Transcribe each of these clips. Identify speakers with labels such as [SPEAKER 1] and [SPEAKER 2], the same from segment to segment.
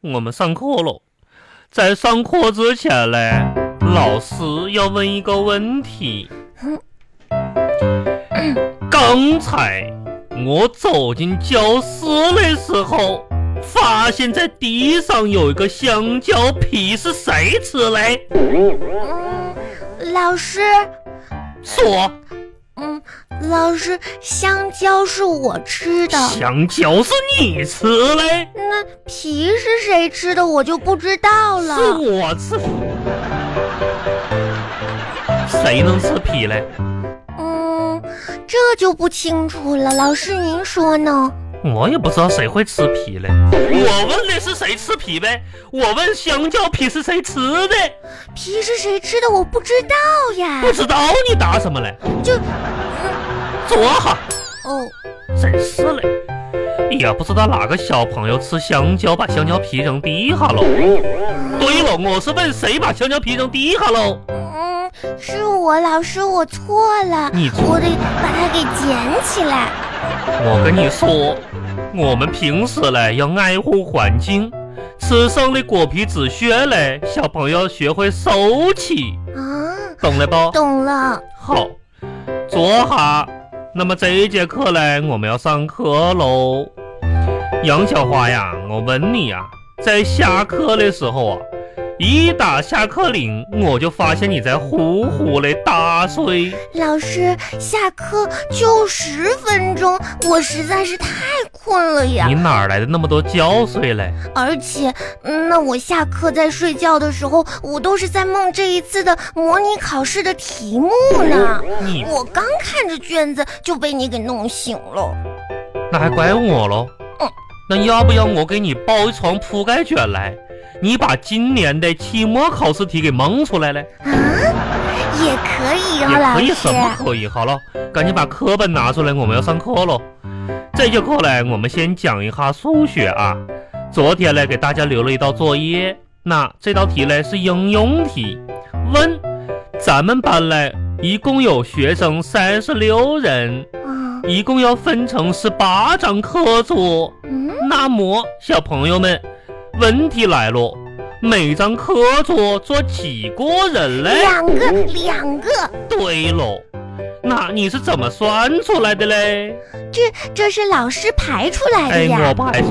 [SPEAKER 1] 我们上课喽。在上课之前嘞，老师要问一个问题。刚才我走进教室的时候，发现在地上有一个香蕉皮，是谁吃的？
[SPEAKER 2] 嗯，老师，
[SPEAKER 1] 说，
[SPEAKER 2] 嗯，老师，香蕉是我吃的，
[SPEAKER 1] 香蕉是你吃的。
[SPEAKER 2] 那皮是谁吃的我就不知道
[SPEAKER 1] 是
[SPEAKER 2] 了。
[SPEAKER 1] 我吃，谁能吃皮嘞？
[SPEAKER 2] 嗯，这就不清楚了。老师您说呢？
[SPEAKER 1] 我也不知道谁会吃皮嘞。我问的是谁吃皮呗，我问香蕉皮是谁吃的，
[SPEAKER 2] 皮是谁吃的我不知道呀
[SPEAKER 1] 不。知道你答什么嘞？
[SPEAKER 2] 就，
[SPEAKER 1] 坐下，
[SPEAKER 2] 哦，
[SPEAKER 1] 真是嘞，也不知道哪个小朋友吃香蕉把香蕉皮扔地下喽。对了，我是问谁把香蕉皮扔地下喽？
[SPEAKER 2] 嗯，是我，老师，我错了，
[SPEAKER 1] 你错
[SPEAKER 2] 我得把它给捡起来。
[SPEAKER 1] 我跟你说，我们平时嘞要爱护环境，吃剩的果皮纸屑嘞，小朋友学会收起，
[SPEAKER 2] 啊，
[SPEAKER 1] 懂了不？
[SPEAKER 2] 懂了。
[SPEAKER 1] 好，坐下。那么这一节课嘞，我们要上课喽。杨小花呀，我问你呀、在下课的时候啊，一打下课铃，我就发现你在呼呼的大睡。
[SPEAKER 2] 老师，下课就十分钟，我实在是太困了呀
[SPEAKER 1] 你。哪儿来的那么多觉睡嘞？
[SPEAKER 2] 而且，嗯那我下课在睡觉的时候，我都是在梦这一次的模拟考试的题目呢。
[SPEAKER 1] 你
[SPEAKER 2] 我刚看着卷子就被你给弄醒了。
[SPEAKER 1] 那还怪我喽？
[SPEAKER 2] 嗯
[SPEAKER 1] 那要不要我给你包一床铺盖卷来？你把今年的期末考试题给蒙出来嘞，
[SPEAKER 2] 啊，也可以
[SPEAKER 1] 也
[SPEAKER 2] 哦，老
[SPEAKER 1] 可以，
[SPEAKER 2] 师
[SPEAKER 1] 什。么可以？好了，赶紧把课本拿出来，我们要上课喽。这节课嘞，我们先讲一下数学啊。昨天嘞，给大家留了一道作业，那这道题嘞是应用题，问咱们班嘞一共有学生三十六人，
[SPEAKER 2] 啊，
[SPEAKER 1] 一共要分成十八张课桌。
[SPEAKER 2] 嗯，
[SPEAKER 1] 那么，小朋友们，问题来了，每张课桌坐几个人嘞？
[SPEAKER 2] 两个，两个，
[SPEAKER 1] 对喽，那你是怎么算出来的嘞？
[SPEAKER 2] 这这是老师排出来的
[SPEAKER 1] 哎，
[SPEAKER 2] 呀
[SPEAKER 1] 我。不还是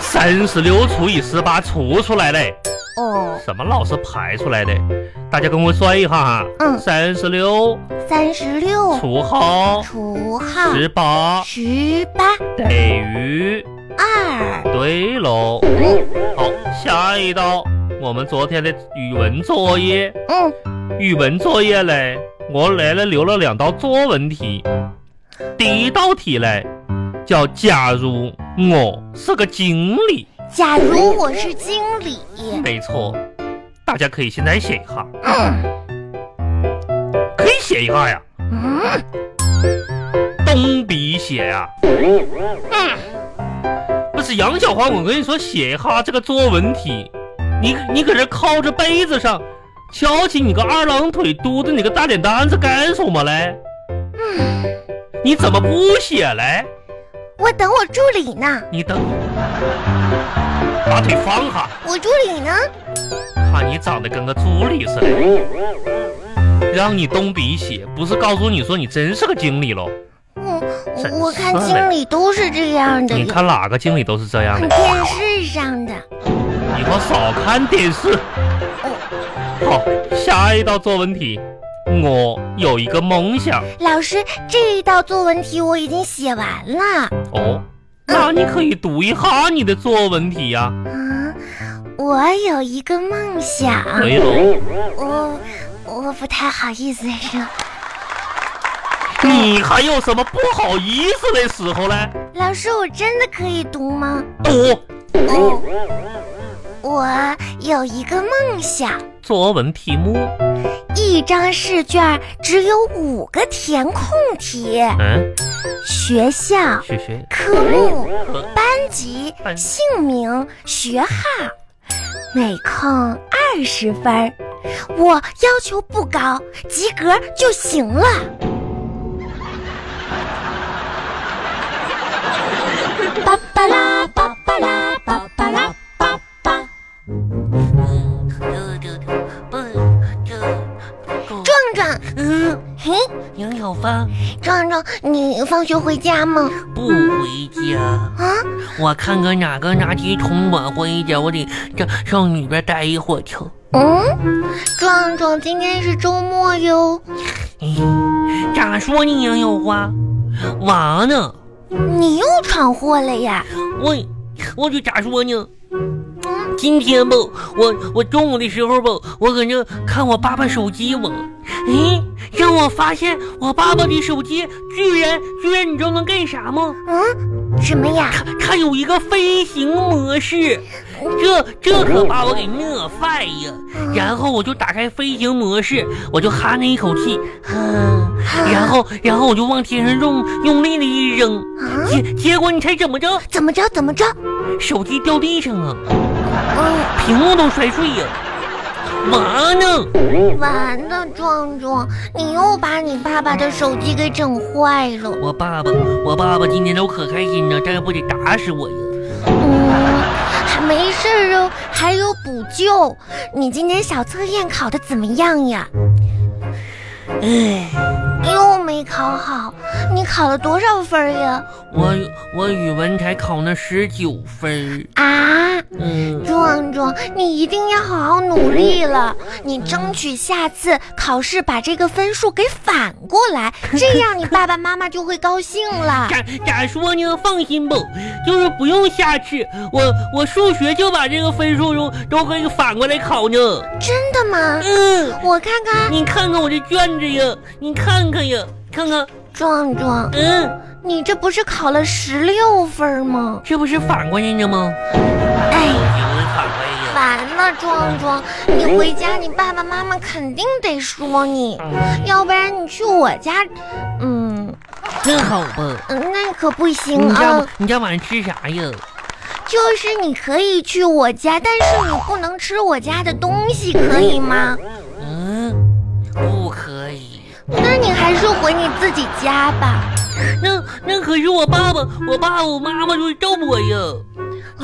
[SPEAKER 1] 三十六除以十八除出来嘞？
[SPEAKER 2] 哦，
[SPEAKER 1] 什么老师排出来的？大家跟我算一下啊，
[SPEAKER 2] 嗯哦
[SPEAKER 1] 三十六
[SPEAKER 2] 三十六
[SPEAKER 1] 除号
[SPEAKER 2] 除号
[SPEAKER 1] 十八
[SPEAKER 2] 十八
[SPEAKER 1] 等于，
[SPEAKER 2] 二。
[SPEAKER 1] 对喽。好，下一道我们昨天的语文作业，
[SPEAKER 2] 嗯，
[SPEAKER 1] 语文作业嘞，我来了留了两道作文题。第一道题嘞，叫假如我是个经理，
[SPEAKER 2] 假如我是经理，
[SPEAKER 1] 没错，大家可以现在写一下，
[SPEAKER 2] 嗯
[SPEAKER 1] 可以写一下呀，
[SPEAKER 2] 嗯
[SPEAKER 1] 动笔写呀、不是杨小花，我跟你说，写一下这个作文题，你你搁这靠着杯子上，翘起你个二郎腿，嘟着你个大脸蛋子干什么嘞？你怎么不写嘞？
[SPEAKER 2] 我等我助理呢，
[SPEAKER 1] 你等，把腿放下，
[SPEAKER 2] 我助理呢，
[SPEAKER 1] 看你长得跟个猪理似的，让你动笔写，不是告诉你说你真是个经理喽？
[SPEAKER 2] 嗯，
[SPEAKER 1] 真
[SPEAKER 2] 我我看
[SPEAKER 1] 是嘞
[SPEAKER 2] 经理都是这样的
[SPEAKER 1] 你
[SPEAKER 2] 呀，
[SPEAKER 1] 看哪个经理都是这样的，
[SPEAKER 2] 电视上的，
[SPEAKER 1] 以后少看电视。
[SPEAKER 2] 哦，
[SPEAKER 1] 好，下一道作文题，我有一个梦想
[SPEAKER 2] 老师这一道作文题我已经写完了，
[SPEAKER 1] 哦，那你可以读一下你的作文题呀、
[SPEAKER 2] 啊，我有一个梦想，
[SPEAKER 1] 对喽，
[SPEAKER 2] 我我不太好意思说，
[SPEAKER 1] 你还有什么不好意思的时候嘞？
[SPEAKER 2] 老师我真的可以读吗？
[SPEAKER 1] 读
[SPEAKER 2] 哦，我有一个梦想。
[SPEAKER 1] 作文题目，
[SPEAKER 2] 一张试卷只有五个填空题，
[SPEAKER 1] 嗯，
[SPEAKER 2] 学校、
[SPEAKER 1] 学学
[SPEAKER 2] 科目、
[SPEAKER 1] 科。
[SPEAKER 2] 班级、
[SPEAKER 1] 班
[SPEAKER 2] 姓名、学号，每空二十分儿。我要求不高，及格就行了。巴巴拉巴巴拉巴
[SPEAKER 3] 吧？
[SPEAKER 2] 壮壮，你放学回家吗？
[SPEAKER 3] 不回家，
[SPEAKER 2] 啊，
[SPEAKER 3] 我看看哪个垃圾桶晚回家，我得上上里边待一会儿去。
[SPEAKER 2] 嗯，壮壮，今天是周末哟，
[SPEAKER 3] 哎咋说呢，杨小花？娃呢？
[SPEAKER 2] 你又闯祸了呀？
[SPEAKER 3] 我我就咋说呢？今天吧，我我中午的时候吧，我搁那看我爸爸手机吧，哎，让我发现我爸爸的手机居然居然，你知道能干啥吗？
[SPEAKER 2] 嗯，什么呀？
[SPEAKER 3] 它它有一个飞行模式，这这可把我给乐坏呀！然后我就打开飞行模式，我就哈那一口气，哼，然后然后我就往天上用用力的一扔，
[SPEAKER 2] 啊，
[SPEAKER 3] 结结果你猜怎么着？
[SPEAKER 2] 怎么着？怎么着？
[SPEAKER 3] 手机掉地上了，
[SPEAKER 2] 嗯，
[SPEAKER 3] 屏幕都摔碎呀！嘛呢？
[SPEAKER 2] 完了，壮壮，你又把你爸爸的手机给整坏了。
[SPEAKER 3] 我爸爸，我爸爸今天都可开心了，这不得打死我呀！
[SPEAKER 2] 嗯，还没事儿哦，还有补救。你今天小测验考的怎么样呀？
[SPEAKER 3] 哎，
[SPEAKER 2] 又没考好，你考了多少分儿呀？
[SPEAKER 3] 我我语文才考那十九分
[SPEAKER 2] 啊，
[SPEAKER 3] 儿，嗯。
[SPEAKER 2] 壮壮，你一定要好好努力了，你争取下次考试把这个分数给反过来，这样你爸爸妈妈就会高兴了。
[SPEAKER 3] 咋咋说呢？放心吧，就是不用下次，我我数学就把这个分数都都给反过来考呢。
[SPEAKER 2] 真的吗？
[SPEAKER 3] 嗯，
[SPEAKER 2] 我看看，
[SPEAKER 3] 你看看我这卷子呀，你看看呀，看看，
[SPEAKER 2] 壮壮，
[SPEAKER 3] 嗯，
[SPEAKER 2] 你这不是考了十六分儿吗？
[SPEAKER 3] 这不是反过来呢吗？
[SPEAKER 2] 哎。
[SPEAKER 3] 反过来呀。
[SPEAKER 2] 完了，壮壮，你回家，你爸爸妈妈肯定得说你，
[SPEAKER 3] 嗯
[SPEAKER 2] 要不然你去我家，嗯，
[SPEAKER 3] 真好吧？
[SPEAKER 2] 嗯那可不行
[SPEAKER 3] 你家
[SPEAKER 2] 啊
[SPEAKER 3] 晚。你家晚上吃啥呀？
[SPEAKER 2] 就是你可以去我家，但是你不能吃我家的东西，可以吗？
[SPEAKER 3] 嗯，不可以。
[SPEAKER 2] 那你还是回你自己家吧。
[SPEAKER 3] 那那可是我爸爸，我爸爸我妈妈就揍我呀。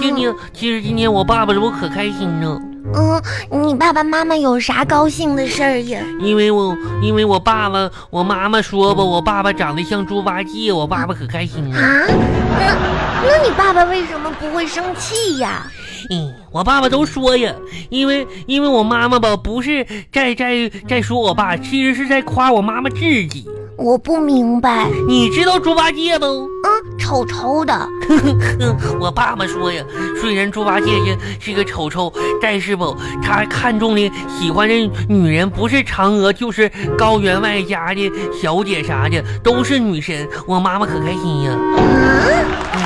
[SPEAKER 3] 今天其实今天我爸爸这不可开心呢。
[SPEAKER 2] 嗯，你爸爸妈妈有啥高兴的事儿呀？
[SPEAKER 3] 因为我因为我爸爸我妈妈说吧，我爸爸长得像猪八戒，我爸爸可开心了。
[SPEAKER 2] 啊，那那你爸爸为什么不会生气呀？
[SPEAKER 3] 嗯，我爸爸都说呀，因为因为我妈妈吧，不是在在在说我爸，其实是在夸我妈妈自己。
[SPEAKER 2] 我不明白，
[SPEAKER 3] 你知道猪八戒不？
[SPEAKER 2] 嗯，丑丑的，
[SPEAKER 3] 哼，我爸爸说呀，虽然猪八戒是是个丑丑，但是吧，他看中的喜欢的女人不是嫦娥，就是高员外家的小姐啥的，都是女神。我妈妈可开心呀。
[SPEAKER 2] 嗯。
[SPEAKER 3] 嗯，